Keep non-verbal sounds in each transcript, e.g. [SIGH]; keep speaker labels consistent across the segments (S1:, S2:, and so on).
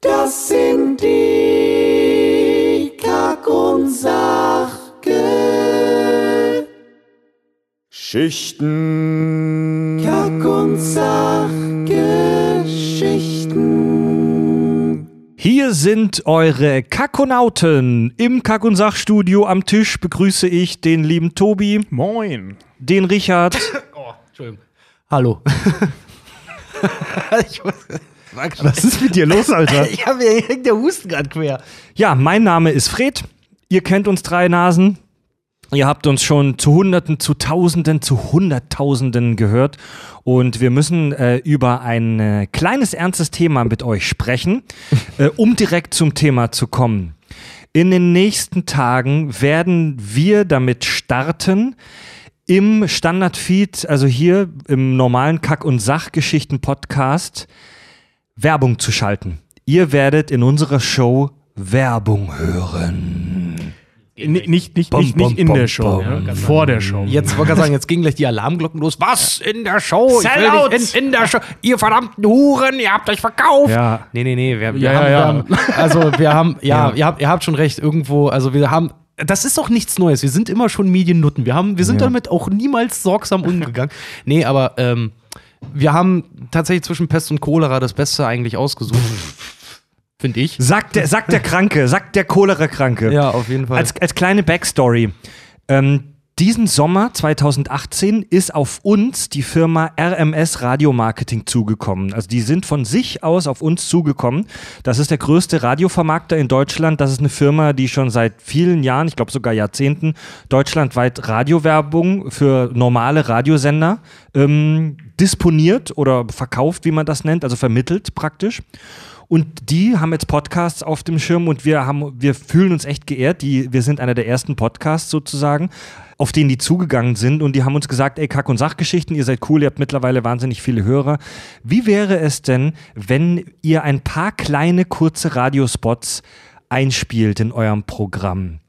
S1: Das sind die Kack- und Sachgeschichten. Kack- und Sachgeschichten.
S2: Hier sind eure Kakonauten. Im Kack- und Sachstudio am Tisch begrüße ich den lieben Tobi,
S3: Moin.
S2: den
S4: [COUGHS]
S2: Richard,
S4: Oh, Entschuldigung.
S3: [LAUGHS]
S4: Hallo. ich muss, war grad,
S3: Was ist mit dir los, Alter?
S4: [LAUGHS] ich hab, mir hängt der Husten gerade quer.
S2: Ja, mein Name ist Fred. Ihr kennt uns drei Nasen. Ihr habt uns schon zu Hunderten, zu Tausenden, zu Hunderttausenden gehört. Und wir müssen äh, über ein äh, kleines, ernstes Thema mit euch sprechen, äh, um direkt zum Thema zu kommen. In den nächsten Tagen werden wir damit starten, im Standardfeed, also hier im normalen Kack- und Sachgeschichten-Podcast, Werbung zu schalten. Ihr werdet in unserer Show Werbung hören.
S3: N nicht nicht,
S2: Bom,
S3: nicht,
S2: bom,
S3: nicht in
S2: bom,
S3: der Show,
S2: bom.
S3: ja, genau. ganz vor der Show.
S4: Jetzt wollte ich sagen, jetzt gingen gleich die Alarmglocken los. Was? In der Show? Ich will
S2: Sellout!
S4: nicht In, in der Show? Ihr verdammten Huren, ihr habt euch verkauft.
S2: Ja.
S4: Nee, nee, nee. Wir, wir
S3: Ja,
S4: haben,
S3: ja,
S4: Wir haben, also wir haben, ja, Ihr, habt, ihr habt schon recht, irgendwo, also wir haben, das ist doch nichts Neues. Wir sind immer schon Mediennutten. Wir, haben, wir sind damit auch niemals sorgsam
S3: [LAUGHS]
S4: umgegangen. nee, aber ähm, wir haben tatsächlich zwischen Pest und Cholera das Beste eigentlich ausgesucht.
S3: [LAUGHS]
S4: Finde ich.
S2: Sagt der, sagt der Kranke, sagt der Cholera-Kranke.
S4: Ja, auf jeden Fall.
S2: Als, als kleine Backstory. Ähm, diesen Sommer 2018 ist auf uns die Firma RMS Radio Marketing zugekommen. Also die sind von sich aus auf uns zugekommen. Das ist der größte Radiovermarkter in Deutschland. Das ist eine Firma, die schon seit vielen Jahren, ich glaube sogar Jahrzehnten, deutschlandweit Radiowerbung für normale Radiosender ähm, disponiert oder verkauft, wie man das nennt, also vermittelt praktisch. Und die haben jetzt Podcasts auf dem Schirm und wir haben, wir fühlen uns echt geehrt. Die, wir sind einer der ersten Podcasts sozusagen, auf denen die zugegangen sind und die haben uns gesagt, ey, Kack- und Sachgeschichten, ihr seid cool, ihr habt mittlerweile wahnsinnig viele Hörer. Wie wäre es denn, wenn ihr ein paar kleine, kurze Radiospots einspielt in eurem Programm?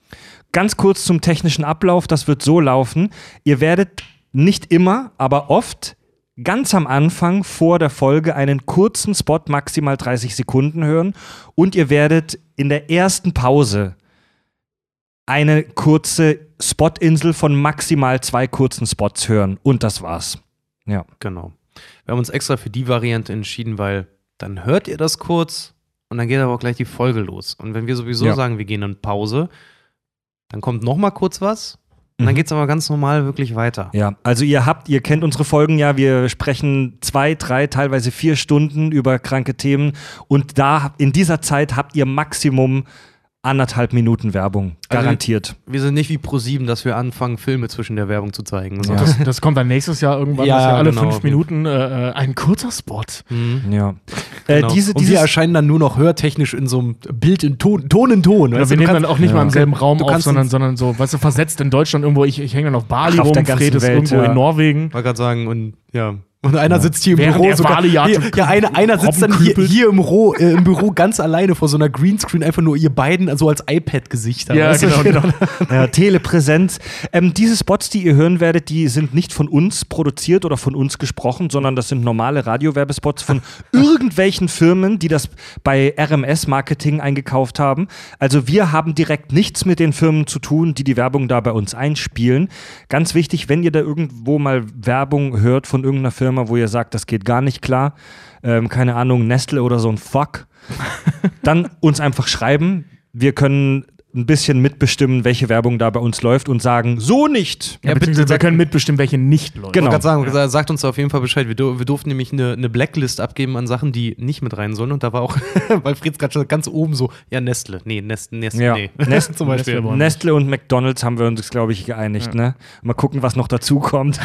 S2: Ganz kurz zum technischen Ablauf, das wird so laufen. Ihr werdet nicht immer, aber oft ganz am Anfang vor der Folge einen kurzen Spot, maximal 30 Sekunden hören und ihr werdet in der ersten Pause eine kurze Spotinsel von maximal zwei kurzen Spots hören und das war's. Ja.
S4: Genau. Wir haben uns extra für die Variante entschieden, weil dann hört ihr das kurz und dann geht aber auch gleich die Folge los. Und wenn wir sowieso
S3: Ja.
S4: sagen, wir gehen in Pause, dann kommt noch mal kurz was und
S2: Mhm.
S4: dann geht's aber ganz normal wirklich weiter.
S2: Ja, also ihr habt, ihr kennt unsere Folgen ja, wir sprechen zwei, drei, teilweise vier Stunden über kranke Themen und da in dieser Zeit habt ihr Maximum anderthalb Minuten Werbung.
S4: Also-
S2: Garantiert.
S4: Wir sind nicht wie ProSieben, dass wir anfangen, Filme zwischen der Werbung zu zeigen. So.
S3: Das, das kommt dann nächstes Jahr irgendwann,
S4: Ja,
S3: dass wir alle
S4: genau.
S3: fünf Minuten äh, äh, ein kurzer Spot.
S4: Mhm.
S2: ja. Äh,
S4: Genau.
S2: diese,
S4: und wir
S2: dieses,
S4: erscheinen dann nur noch hörtechnisch in so einem Bild in Ton, Ton in Ton.
S3: Oder
S4: weißt
S3: wir
S4: also du, du
S3: nehmen dann
S4: kannst-
S3: auch nicht
S2: ja.
S3: mal im selben Raum
S4: du
S3: auf,
S4: kannst
S3: sondern,
S4: uns-
S3: sondern so, weißt du, versetzt in Deutschland irgendwo. Ich, ich hänge dann auf Bali
S2: Ach, auf
S3: rum,
S2: der ganzen
S3: Fred ist
S2: Welt,
S3: irgendwo
S2: ja.
S3: in Norwegen.
S4: Wollte gerade sagen, und ja. Und einer sitzt hier im
S3: Während
S4: Büro
S3: er
S4: sogar.
S3: Wale jagt
S4: Hier,
S3: und
S4: ja, einer, einer sitzt dann hier,
S3: Robben
S4: hier im, Ro, äh, im Büro ganz [LAUGHS] alleine vor so einer Greenscreen, einfach nur ihr beiden, also als iPad-Gesichter.
S3: Ja,
S4: weißt du?
S3: genau. genau.
S2: [LAUGHS] Ja, Telepräsenz. Ähm, diese Spots, die ihr hören werdet, die sind nicht von uns produziert oder von uns gesprochen, sondern das sind normale Radiowerbespots von irgendwelchen Firmen, die das bei RMS Marketing eingekauft haben. Also wir haben direkt nichts mit den Firmen zu tun, die die Werbung da bei uns einspielen. Ganz wichtig, wenn ihr da irgendwo mal Werbung hört von irgendeiner Firma, wo ihr sagt, das geht gar nicht klar, ähm, keine Ahnung, Nestle oder so ein Fuck dann uns einfach schreiben. Wir können ein bisschen mitbestimmen, welche Werbung da bei uns läuft und sagen, so nicht.
S3: Ja,
S4: Ja, bitte
S3: beziehungsweise wir
S4: sag-
S3: können mitbestimmen, welche nicht läuft.
S2: Genau.
S4: Ich wollte gerade sagen, sagt uns auf jeden Fall Bescheid. Wir, dur- wir durften nämlich eine, eine Blacklist abgeben an Sachen, die nicht mit rein sollen. Und da war auch, [LAUGHS] weil Fritz gerade schon ganz oben so, ja, Nestle. Nee, Nestle, Nestle,
S2: Ja.
S4: nee.
S2: Nestle
S4: zum Beispiel.
S3: Nestle.
S2: Nestle und McDonalds haben wir uns, glaube ich, geeinigt. Ne? Mal gucken, was noch dazu kommt.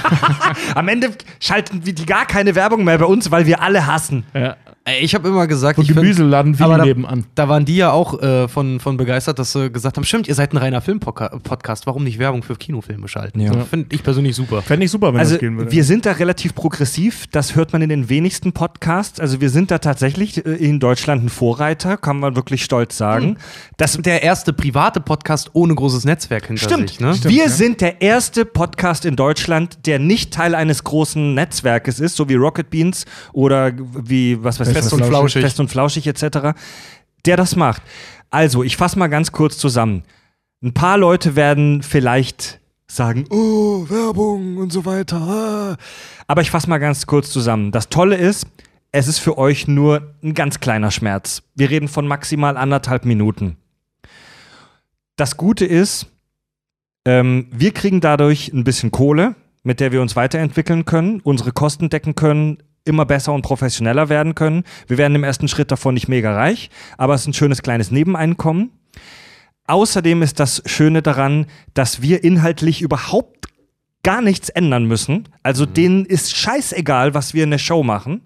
S2: Am Ende schalten wir die gar keine Werbung mehr bei uns, weil wir alle hassen.
S3: Ja.
S4: Ey, Ich habe immer gesagt,
S3: Und
S4: ich find-
S3: Gemüseladen Willi
S4: aber da,
S3: nebenan.
S4: Da waren die ja auch äh, von, von begeistert, dass sie gesagt haben, stimmt, ihr seid ein reiner Filmpodcast. Warum nicht Werbung für Kinofilme schalten?
S2: Ja.
S4: So, Finde ich persönlich super.
S3: Fände ich super, wenn
S2: Also
S3: das gehen würde.
S2: wir sind da relativ progressiv, das hört man in den wenigsten Podcasts. Also wir sind da tatsächlich äh, in Deutschland ein Vorreiter, kann man wirklich stolz sagen. Das,
S4: Der erste private Podcast ohne großes Netzwerk hinter
S2: Stimmt.
S4: sich. Ne?
S2: wir
S3: ja.
S2: sind der erste Podcast in Deutschland, der nicht Teil eines großen Netzwerkes ist, so wie Rocket Beans oder wie was weiß ich.
S3: Fest
S2: was-
S3: und
S4: Flauschig.
S2: Fest und Flauschig etc. der das macht. Also, ich fasse mal ganz kurz zusammen. Ein paar Leute werden vielleicht sagen, oh, Werbung und so weiter. ah." Aber ich fasse mal ganz kurz zusammen. Das Tolle ist, es ist für euch nur ein ganz kleiner Schmerz. Wir reden von maximal anderthalb Minuten. Das Gute ist, ähm, wir kriegen dadurch ein bisschen Kohle, mit der wir uns weiterentwickeln können, unsere Kosten decken können, immer besser und professioneller werden können. Wir werden im ersten Schritt davon nicht mega reich, aber es ist ein schönes kleines Nebeneinkommen. Außerdem ist das Schöne daran, dass wir inhaltlich überhaupt gar nichts ändern müssen. Also denen ist scheißegal, was wir in der Show machen.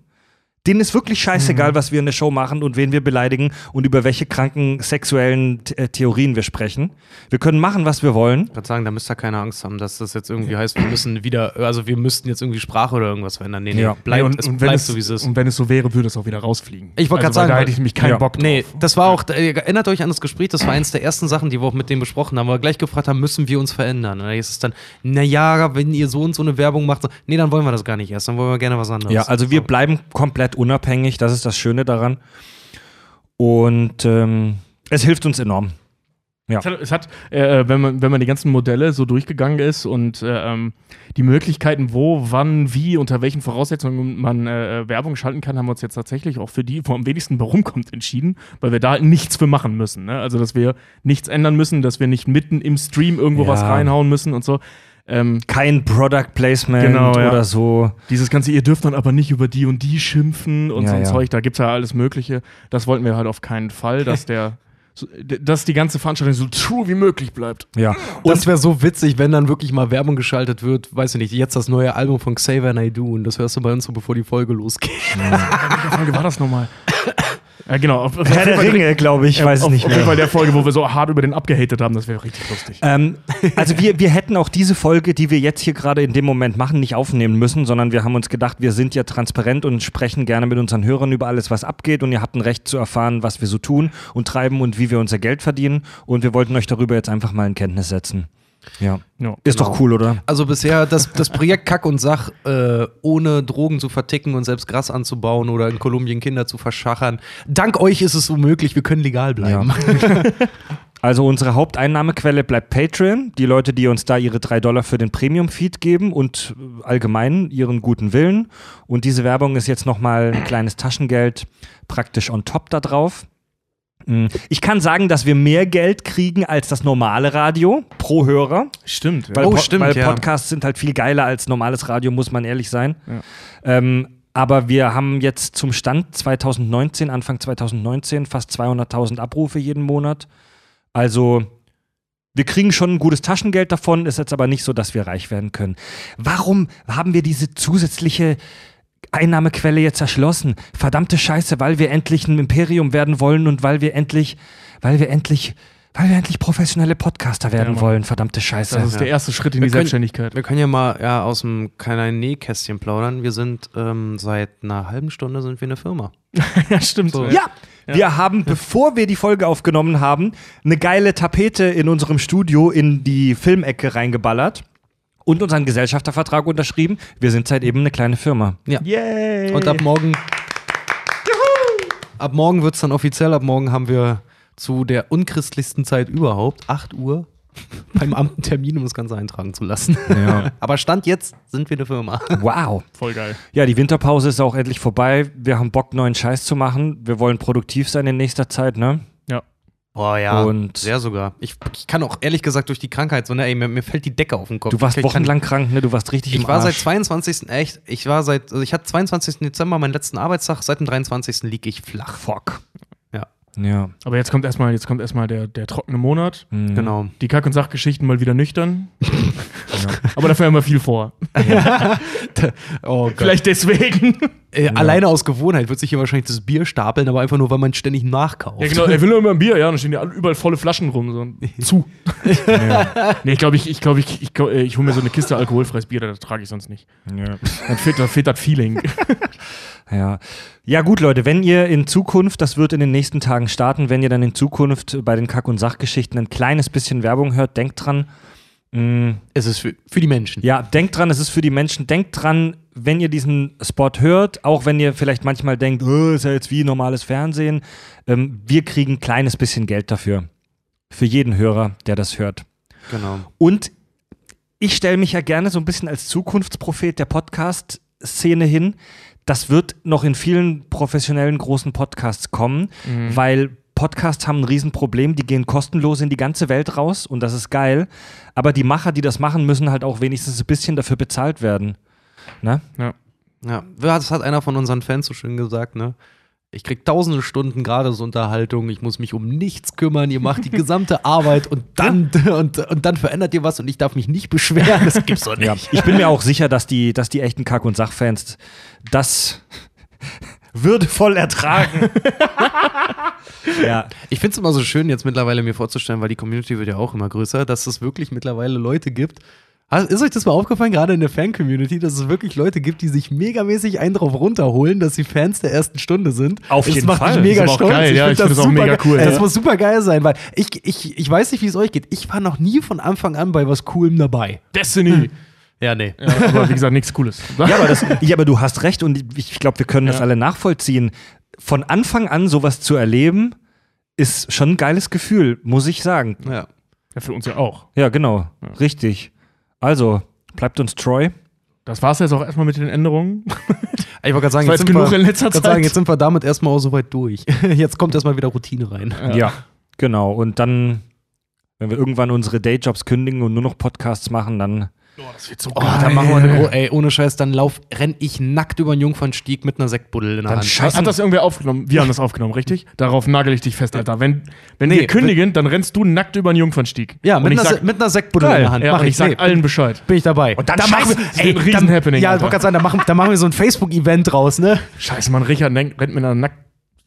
S2: Denen ist wirklich scheißegal, was wir in der Show machen und wen wir beleidigen und über welche kranken sexuellen äh, Theorien wir sprechen. Wir können machen, was wir wollen.
S4: Ich würde sagen, da müsst ihr keine Angst haben, dass das jetzt irgendwie heißt, wir müssen wieder, also wir müssten jetzt irgendwie Sprache oder irgendwas verändern. Nee, nee,
S2: Ja.
S3: Nee,
S4: bleibt,
S3: und,
S4: es
S3: und wenn
S4: bleibt
S3: es,
S4: so, wie es ist.
S3: Und wenn es so wäre, würde es auch wieder rausfliegen. Also,
S4: Ich wollte grad
S3: weil
S4: sagen,
S3: Da hätte ich mich keinen
S2: ja.
S3: Bock drauf.
S4: Nee, das war auch, ihr erinnert euch an das Gespräch, das war eins der ersten Sachen, die wir auch mit dem besprochen haben, weil wir gleich gefragt haben, müssen wir uns verändern? Und dann ist es dann, naja, wenn ihr so und so eine Werbung macht, so, nee, dann wollen wir das gar nicht erst, dann wollen wir gerne was anderes.
S2: Ja, also wir bleiben komplett unabhängig, das ist das Schöne daran. Und ähm, es hilft uns enorm.
S3: Es hat, es hat äh, wenn, man, wenn man die ganzen Modelle so durchgegangen ist und äh, ähm, die Möglichkeiten, wo, wann, wie, unter welchen Voraussetzungen man äh, Werbung schalten kann, haben wir uns jetzt tatsächlich auch für die, wo am wenigsten bei rumkommt, entschieden, weil wir da nichts für machen müssen. Ne? Also, dass wir nichts ändern müssen, dass wir nicht mitten im Stream irgendwo
S2: Ja.
S3: was reinhauen müssen und so. Ähm,
S2: Kein Product Placement
S3: Genau, ja.
S2: oder so.
S3: Dieses ganze, ihr dürft dann aber nicht über die und die schimpfen und
S2: Ja,
S3: so ein
S2: ja.
S3: Zeug, da gibt's ja alles Mögliche. Das wollten wir halt auf keinen Fall,
S2: [LAUGHS]
S3: dass der, so, d- dass die ganze Veranstaltung so true wie möglich bleibt.
S2: Ja.
S4: das wäre so witzig, wenn dann wirklich mal Werbung geschaltet wird, weiß ich nicht, jetzt das neue Album von Xavier Naidoo und das hörst du bei uns so, bevor die Folge losgeht.
S3: Welche Folge war das nochmal? ja, genau. Auf, auf,
S2: Herr der Ringe, glaube ich, ich weiß es
S3: auf,
S2: nicht
S3: auf jeden
S2: mehr.
S3: Fall der Folge, wo wir so hart über den abgehatet haben, das wäre richtig lustig.
S2: Ähm, also wir, wir hätten auch diese Folge, die wir jetzt hier gerade in dem Moment machen, nicht aufnehmen müssen, sondern wir haben uns gedacht, wir sind ja transparent und sprechen gerne mit unseren Hörern über alles, was abgeht und ihr habt ein Recht zu erfahren, was wir so tun und treiben und wie wir unser Geld verdienen und wir wollten euch darüber jetzt einfach mal in Kenntnis setzen. Ja.
S3: Ja. genau.
S2: Ist doch cool, oder?
S4: Also bisher das, das Projekt Kack und Sach, äh, ohne Drogen zu verticken und selbst Gras anzubauen oder in Kolumbien Kinder zu verschachern. Dank euch ist es so möglich, wir können legal bleiben.
S2: Also unsere Haupteinnahmequelle bleibt Patreon. Die Leute, die uns da ihre 3 Dollar für den Premium-Feed geben und äh, allgemein ihren guten Willen. Und diese Werbung ist jetzt nochmal ein kleines Taschengeld praktisch on top da drauf. Mm. Ich kann sagen, dass wir mehr Geld kriegen als das normale Radio pro Hörer.
S3: Stimmt. Ja.
S2: Weil,
S4: Oh,
S2: Po-
S4: stimmt,
S2: weil
S4: ja.
S2: Podcasts sind halt viel geiler als normales Radio, muss man ehrlich sein.
S3: Ja.
S2: Ähm, aber wir haben jetzt zum Stand 2019, Anfang 2019, fast 200.000 Abrufe jeden Monat. Also wir kriegen schon ein gutes Taschengeld davon, ist jetzt aber nicht so, dass wir reich werden können. Warum haben wir diese zusätzliche Einnahmequelle jetzt erschlossen? Verdammte Scheiße, weil wir endlich ein Imperium werden wollen und weil wir endlich, weil wir endlich, weil wir endlich professionelle Podcaster werden
S3: Mann.
S2: wollen. Verdammte Scheiße.
S3: Das ist der erste Schritt in die
S4: Wir können- [LAUGHS]
S3: Selbstständigkeit.
S4: Wir können ja mal ja, aus dem kleinen Nähkästchen plaudern. Wir sind ähm, seit einer halben Stunde sind wir eine Firma.
S3: ja, stimmt.
S4: So.
S2: Ja, wir haben, bevor wir die Folge aufgenommen haben, eine geile Tapete in unserem Studio in die Filmecke reingeballert und unseren Gesellschaftervertrag unterschrieben. Wir sind seit eben eine kleine
S4: [LAUGHS]
S2: Firma.
S3: Yay.
S4: Und ab morgen. Ab morgen wird es dann offiziell. Ab morgen haben wir zu der unchristlichsten Zeit überhaupt, 8 Uhr, beim Amt einen Termin, um das Ganze eintragen zu lassen. [LAUGHS] Aber Stand jetzt sind wir eine Firma.
S2: Wow.
S3: Voll geil.
S2: Ja, die Winterpause ist auch endlich vorbei. Wir haben Bock, neuen Scheiß zu machen. Wir wollen produktiv sein in nächster Zeit, ne?
S3: Ja.
S4: Boah, ja.
S2: Und-
S4: sehr sogar. Ich, ich kann auch ehrlich gesagt durch die Krankheit so, ne, ey, mir, mir fällt die Decke auf den Kopf.
S2: Du warst
S4: ich, ich kann-
S2: wochenlang krank, ne? Du warst richtig im
S4: Ich war seit
S2: Arsch.
S4: 22. echt, ich war seit, also ich hatte 22. Dezember meinen letzten Arbeitstag, seit dem 23. liege ich flach. Fuck. Ja,
S2: Ja.
S3: Aber jetzt kommt erstmal, jetzt kommt erstmal der, der trockene Monat.
S2: Mhm.
S4: genau.
S3: Die Kack- und Sachgeschichten mal wieder nüchtern. Aber dafür haben wir viel vor. [LAUGHS]
S4: Oh Gott.
S3: Vielleicht deswegen.
S4: äh, Alleine aus Gewohnheit wird sich hier wahrscheinlich das Bier stapeln, aber einfach nur, weil man ständig nachkauft.
S3: Ja, genau. Er will nur immer ein Bier, ja. Und dann stehen ja alle- überall volle Flaschen rum. So. Zu. Nee, ich glaube, ich, ich, glaub, ich, ich, glaub, äh, ich hole mir so eine Kiste alkoholfreies Bier, das trage ich sonst nicht.
S2: Ja.
S4: [LAUGHS]
S3: Dann fehlt, dann fehlt das Feeling.
S2: Ja. ja, gut, Leute, wenn ihr in Zukunft, das wird in den nächsten Tagen starten, wenn ihr dann in Zukunft bei den Kack- und Sachgeschichten ein kleines bisschen Werbung hört, denkt dran, Mm,
S4: Es ist für, für die Menschen.
S2: Ja, denkt dran, es ist für die Menschen. Denkt dran, wenn ihr diesen Spot hört, auch wenn ihr vielleicht manchmal denkt, "Äh, ist ja jetzt wie normales Fernsehen. Ähm, wir kriegen ein kleines bisschen Geld dafür. Für jeden Hörer, der das hört.
S4: Genau.
S2: Und ich stelle mich ja gerne so ein bisschen als Zukunftsprophet der Podcast-Szene hin. Das wird noch in vielen professionellen großen Podcasts kommen, weil Podcasts haben ein Riesenproblem. Die gehen kostenlos in die ganze Welt raus und das ist geil. Aber die Macher, die das machen, müssen halt auch wenigstens ein bisschen dafür bezahlt werden. Ne?
S3: Ja.
S4: Ja, das hat einer von unseren Fans so schön gesagt, ne? Ich krieg tausende Stunden gratis Unterhaltung, ich muss mich um nichts kümmern, ihr macht die [LAUGHS] gesamte Arbeit und dann, [LAUGHS] und, und dann verändert ihr was und ich darf mich nicht beschweren. Das gibt's doch nicht.
S2: Ja. Ich bin mir auch sicher, dass die, dass die echten Kack- und Sachfans das [LAUGHS] würdevoll ertragen. ja.
S4: Ich finde es immer so schön, jetzt mittlerweile mir vorzustellen, weil die Community wird ja auch immer größer, dass es wirklich mittlerweile Leute gibt. Ha- Ist euch das mal aufgefallen, gerade in der Fan-Community, dass es wirklich Leute gibt, die sich megamäßig einen drauf runterholen, dass sie Fans der ersten Stunde sind?
S2: Auf
S4: das
S2: jeden
S4: macht
S2: Fall.
S4: Mich mega
S3: Das ist aber auch
S4: stolz.
S3: geil, ja, ich
S4: find
S3: find das auch
S4: super
S3: mega
S4: ge-
S3: cool,
S4: Das
S3: ja.
S4: muss super geil sein, weil ich, ich, ich weiß nicht, wie es euch geht. Ich war noch nie von Anfang an bei was Coolem dabei.
S3: Destiny.
S4: [LAUGHS] Ja, nee.
S3: ja, [LAUGHS] aber wie gesagt, nichts Cooles.
S2: Ja, aber das, ja, aber du hast recht und ich glaube, wir können das
S3: Ja.
S2: alle nachvollziehen. Von Anfang an sowas zu erleben, ist schon ein geiles Gefühl, muss ich sagen.
S4: Ja.
S3: Ja, für uns ja auch.
S2: Ja, genau. Richtig. Also, bleibt uns treu.
S3: Das war es jetzt auch erstmal mit den Änderungen.
S4: Ich wollte gerade sagen,
S3: war
S4: jetzt
S3: jetzt
S4: sind,
S3: genug
S4: wir,
S3: in letzter
S4: grad
S3: Zeit.
S4: sagen, jetzt sind wir damit erstmal auch soweit durch. [LAUGHS] Jetzt kommt erstmal wieder Routine rein.
S2: Ja. Genau. Und dann, wenn wir irgendwann unsere Dayjobs kündigen und nur noch Podcasts machen, dann.
S3: das wird so
S4: Oh, dann machen wir eine Gro Ey, ohne Scheiß, dann lauf, renn ich nackt über den Jungfernstieg mit einer Sektbuddel in der Hand.
S2: scheiß-
S3: Hat, hat das irgendwer aufgenommen? Wir haben das aufgenommen, richtig? Darauf nagel ich dich fest, Alter. Wenn, wenn
S4: Nee,
S3: wir kündigen, dann rennst du nackt über den Jungfernstieg.
S4: Ja,
S3: und
S4: mit
S3: ich
S4: einer, Se-
S3: sag,
S4: mit einer Sektbuddel in
S3: geil.
S4: der Hand.
S3: Ja,
S4: Mach
S3: und
S4: ich,
S3: ich sag
S4: nee,
S3: allen Bescheid.
S4: bin ich dabei.
S2: Und dann
S4: machen
S2: scheiß-
S4: wir,
S2: das
S3: wird
S4: ey,
S3: ein Riesen-Happening,
S4: Dann, ja, ich
S3: Alter.
S4: wollte gerade sagen, da machen, da machen wir so ein Facebook-Event raus, ne?
S3: Scheiße, Mann, Richard ne, rennt rennt mit einer nackt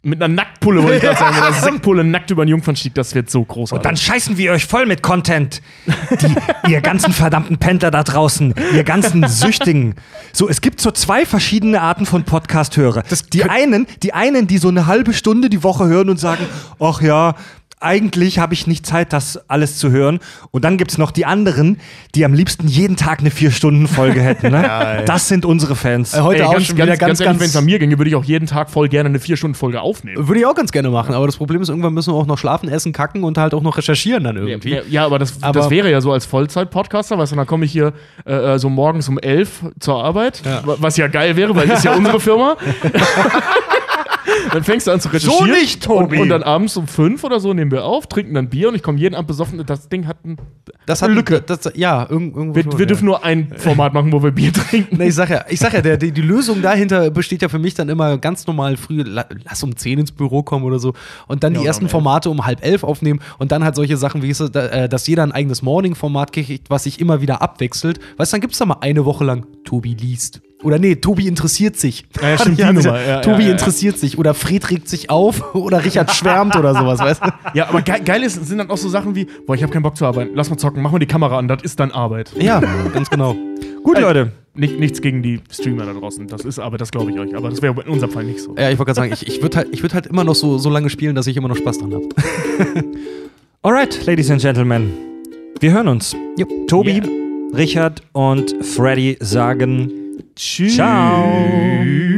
S3: mit einer Nacktpulle, wollte ich
S4: [LAUGHS]
S3: gerade sagen, mit einer Sackpulle nackt über den Jungfernstieg, das wird so groß.
S2: Und dann scheißen wir euch voll mit Content. Die, ihr ganzen verdammten Pendler da draußen, ihr ganzen Süchtigen. So, es gibt so zwei verschiedene Arten von Podcast-Hörer. Die einen, die einen, die so eine halbe Stunde die Woche hören und sagen, ach ja, eigentlich habe ich nicht Zeit, das alles zu hören. Und dann gibt es noch die anderen, die am liebsten jeden Tag eine Vier-Stunden-Folge hätten. Ne? das sind unsere Fans.
S4: Äh, Heute
S3: Ey,
S4: auch
S3: ganz,
S4: schon
S3: ganz,
S4: wieder
S3: ganz,
S4: ganz,
S3: ehrlich,
S4: ganz,
S3: wenn es an mir ginge, würde ich auch jeden Tag voll gerne eine 4-Stunden-Folge aufnehmen.
S4: Würde ich auch ganz gerne machen, aber das Problem ist, irgendwann müssen wir auch noch schlafen, essen, kacken und halt auch noch recherchieren dann irgendwie.
S3: Ja, ja, aber das,
S4: Aber-
S3: das wäre ja so als Vollzeit-Podcaster, weißt du, dann komme ich hier äh, äh, so morgens um 11 zur Arbeit, wa- was ja geil wäre, weil das [LAUGHS] ist ja unsere Firma. dann fängst du an zu recherchieren.
S2: nicht, Tobi.
S3: Und, und dann abends um 5 oder so nehmen wir auf, trinken dann Bier und ich komme jeden Abend besoffen. Das Ding hat ein,
S4: Das hat Lücke. Das, ja, irgend, irgendwo.
S3: wir,
S4: schon,
S3: wir
S4: ja.
S3: dürfen nur ein Format machen, wo wir Bier trinken.
S4: [LAUGHS] Nee, ich sag ja, ich sag ja der, die, die Lösung dahinter besteht ja für mich dann immer ganz normal früh, la, lass um 10 ins Büro kommen oder so und dann die
S3: oder
S4: ersten
S3: um elf.
S4: Formate um halb elf aufnehmen und dann halt solche Sachen wie, hieß es, da, äh, dass jeder ein eigenes Morning-Format kriegt, was sich immer wieder abwechselt. Weißt du, dann gibt's da mal eine Woche lang Tobi liest. Oder nee, Tobi interessiert sich.
S3: Ja,
S4: [LAUGHS]
S3: ja, stimmt, die Nummer. Ja,
S4: Tobi
S3: ja, ja, ja.
S4: interessiert sich. Oder Fred regt sich auf. [LAUGHS] Oder Richard schwärmt oder sowas, weißt du?
S3: Ja, aber ge geil ist, sind dann auch so Sachen wie, boah, ich habe keinen Bock zu arbeiten, lass mal zocken, mach mal die Kamera an, das ist dann Arbeit.
S4: Ja, ganz genau.
S2: Gut, Leute.
S3: Nicht, nichts gegen die Streamer da draußen, das ist aber, das glaube ich euch, aber das wäre in unserem Fall nicht so.
S4: Ja, ich wollte gerade sagen, ich, ich würde halt, ich würd halt immer noch so, so lange spielen, dass ich immer noch Spaß dran habe.
S2: Alright, Ladies and Gentlemen, wir hören uns. Tobi, Richard und Freddy sagen Tschüss. Ciao.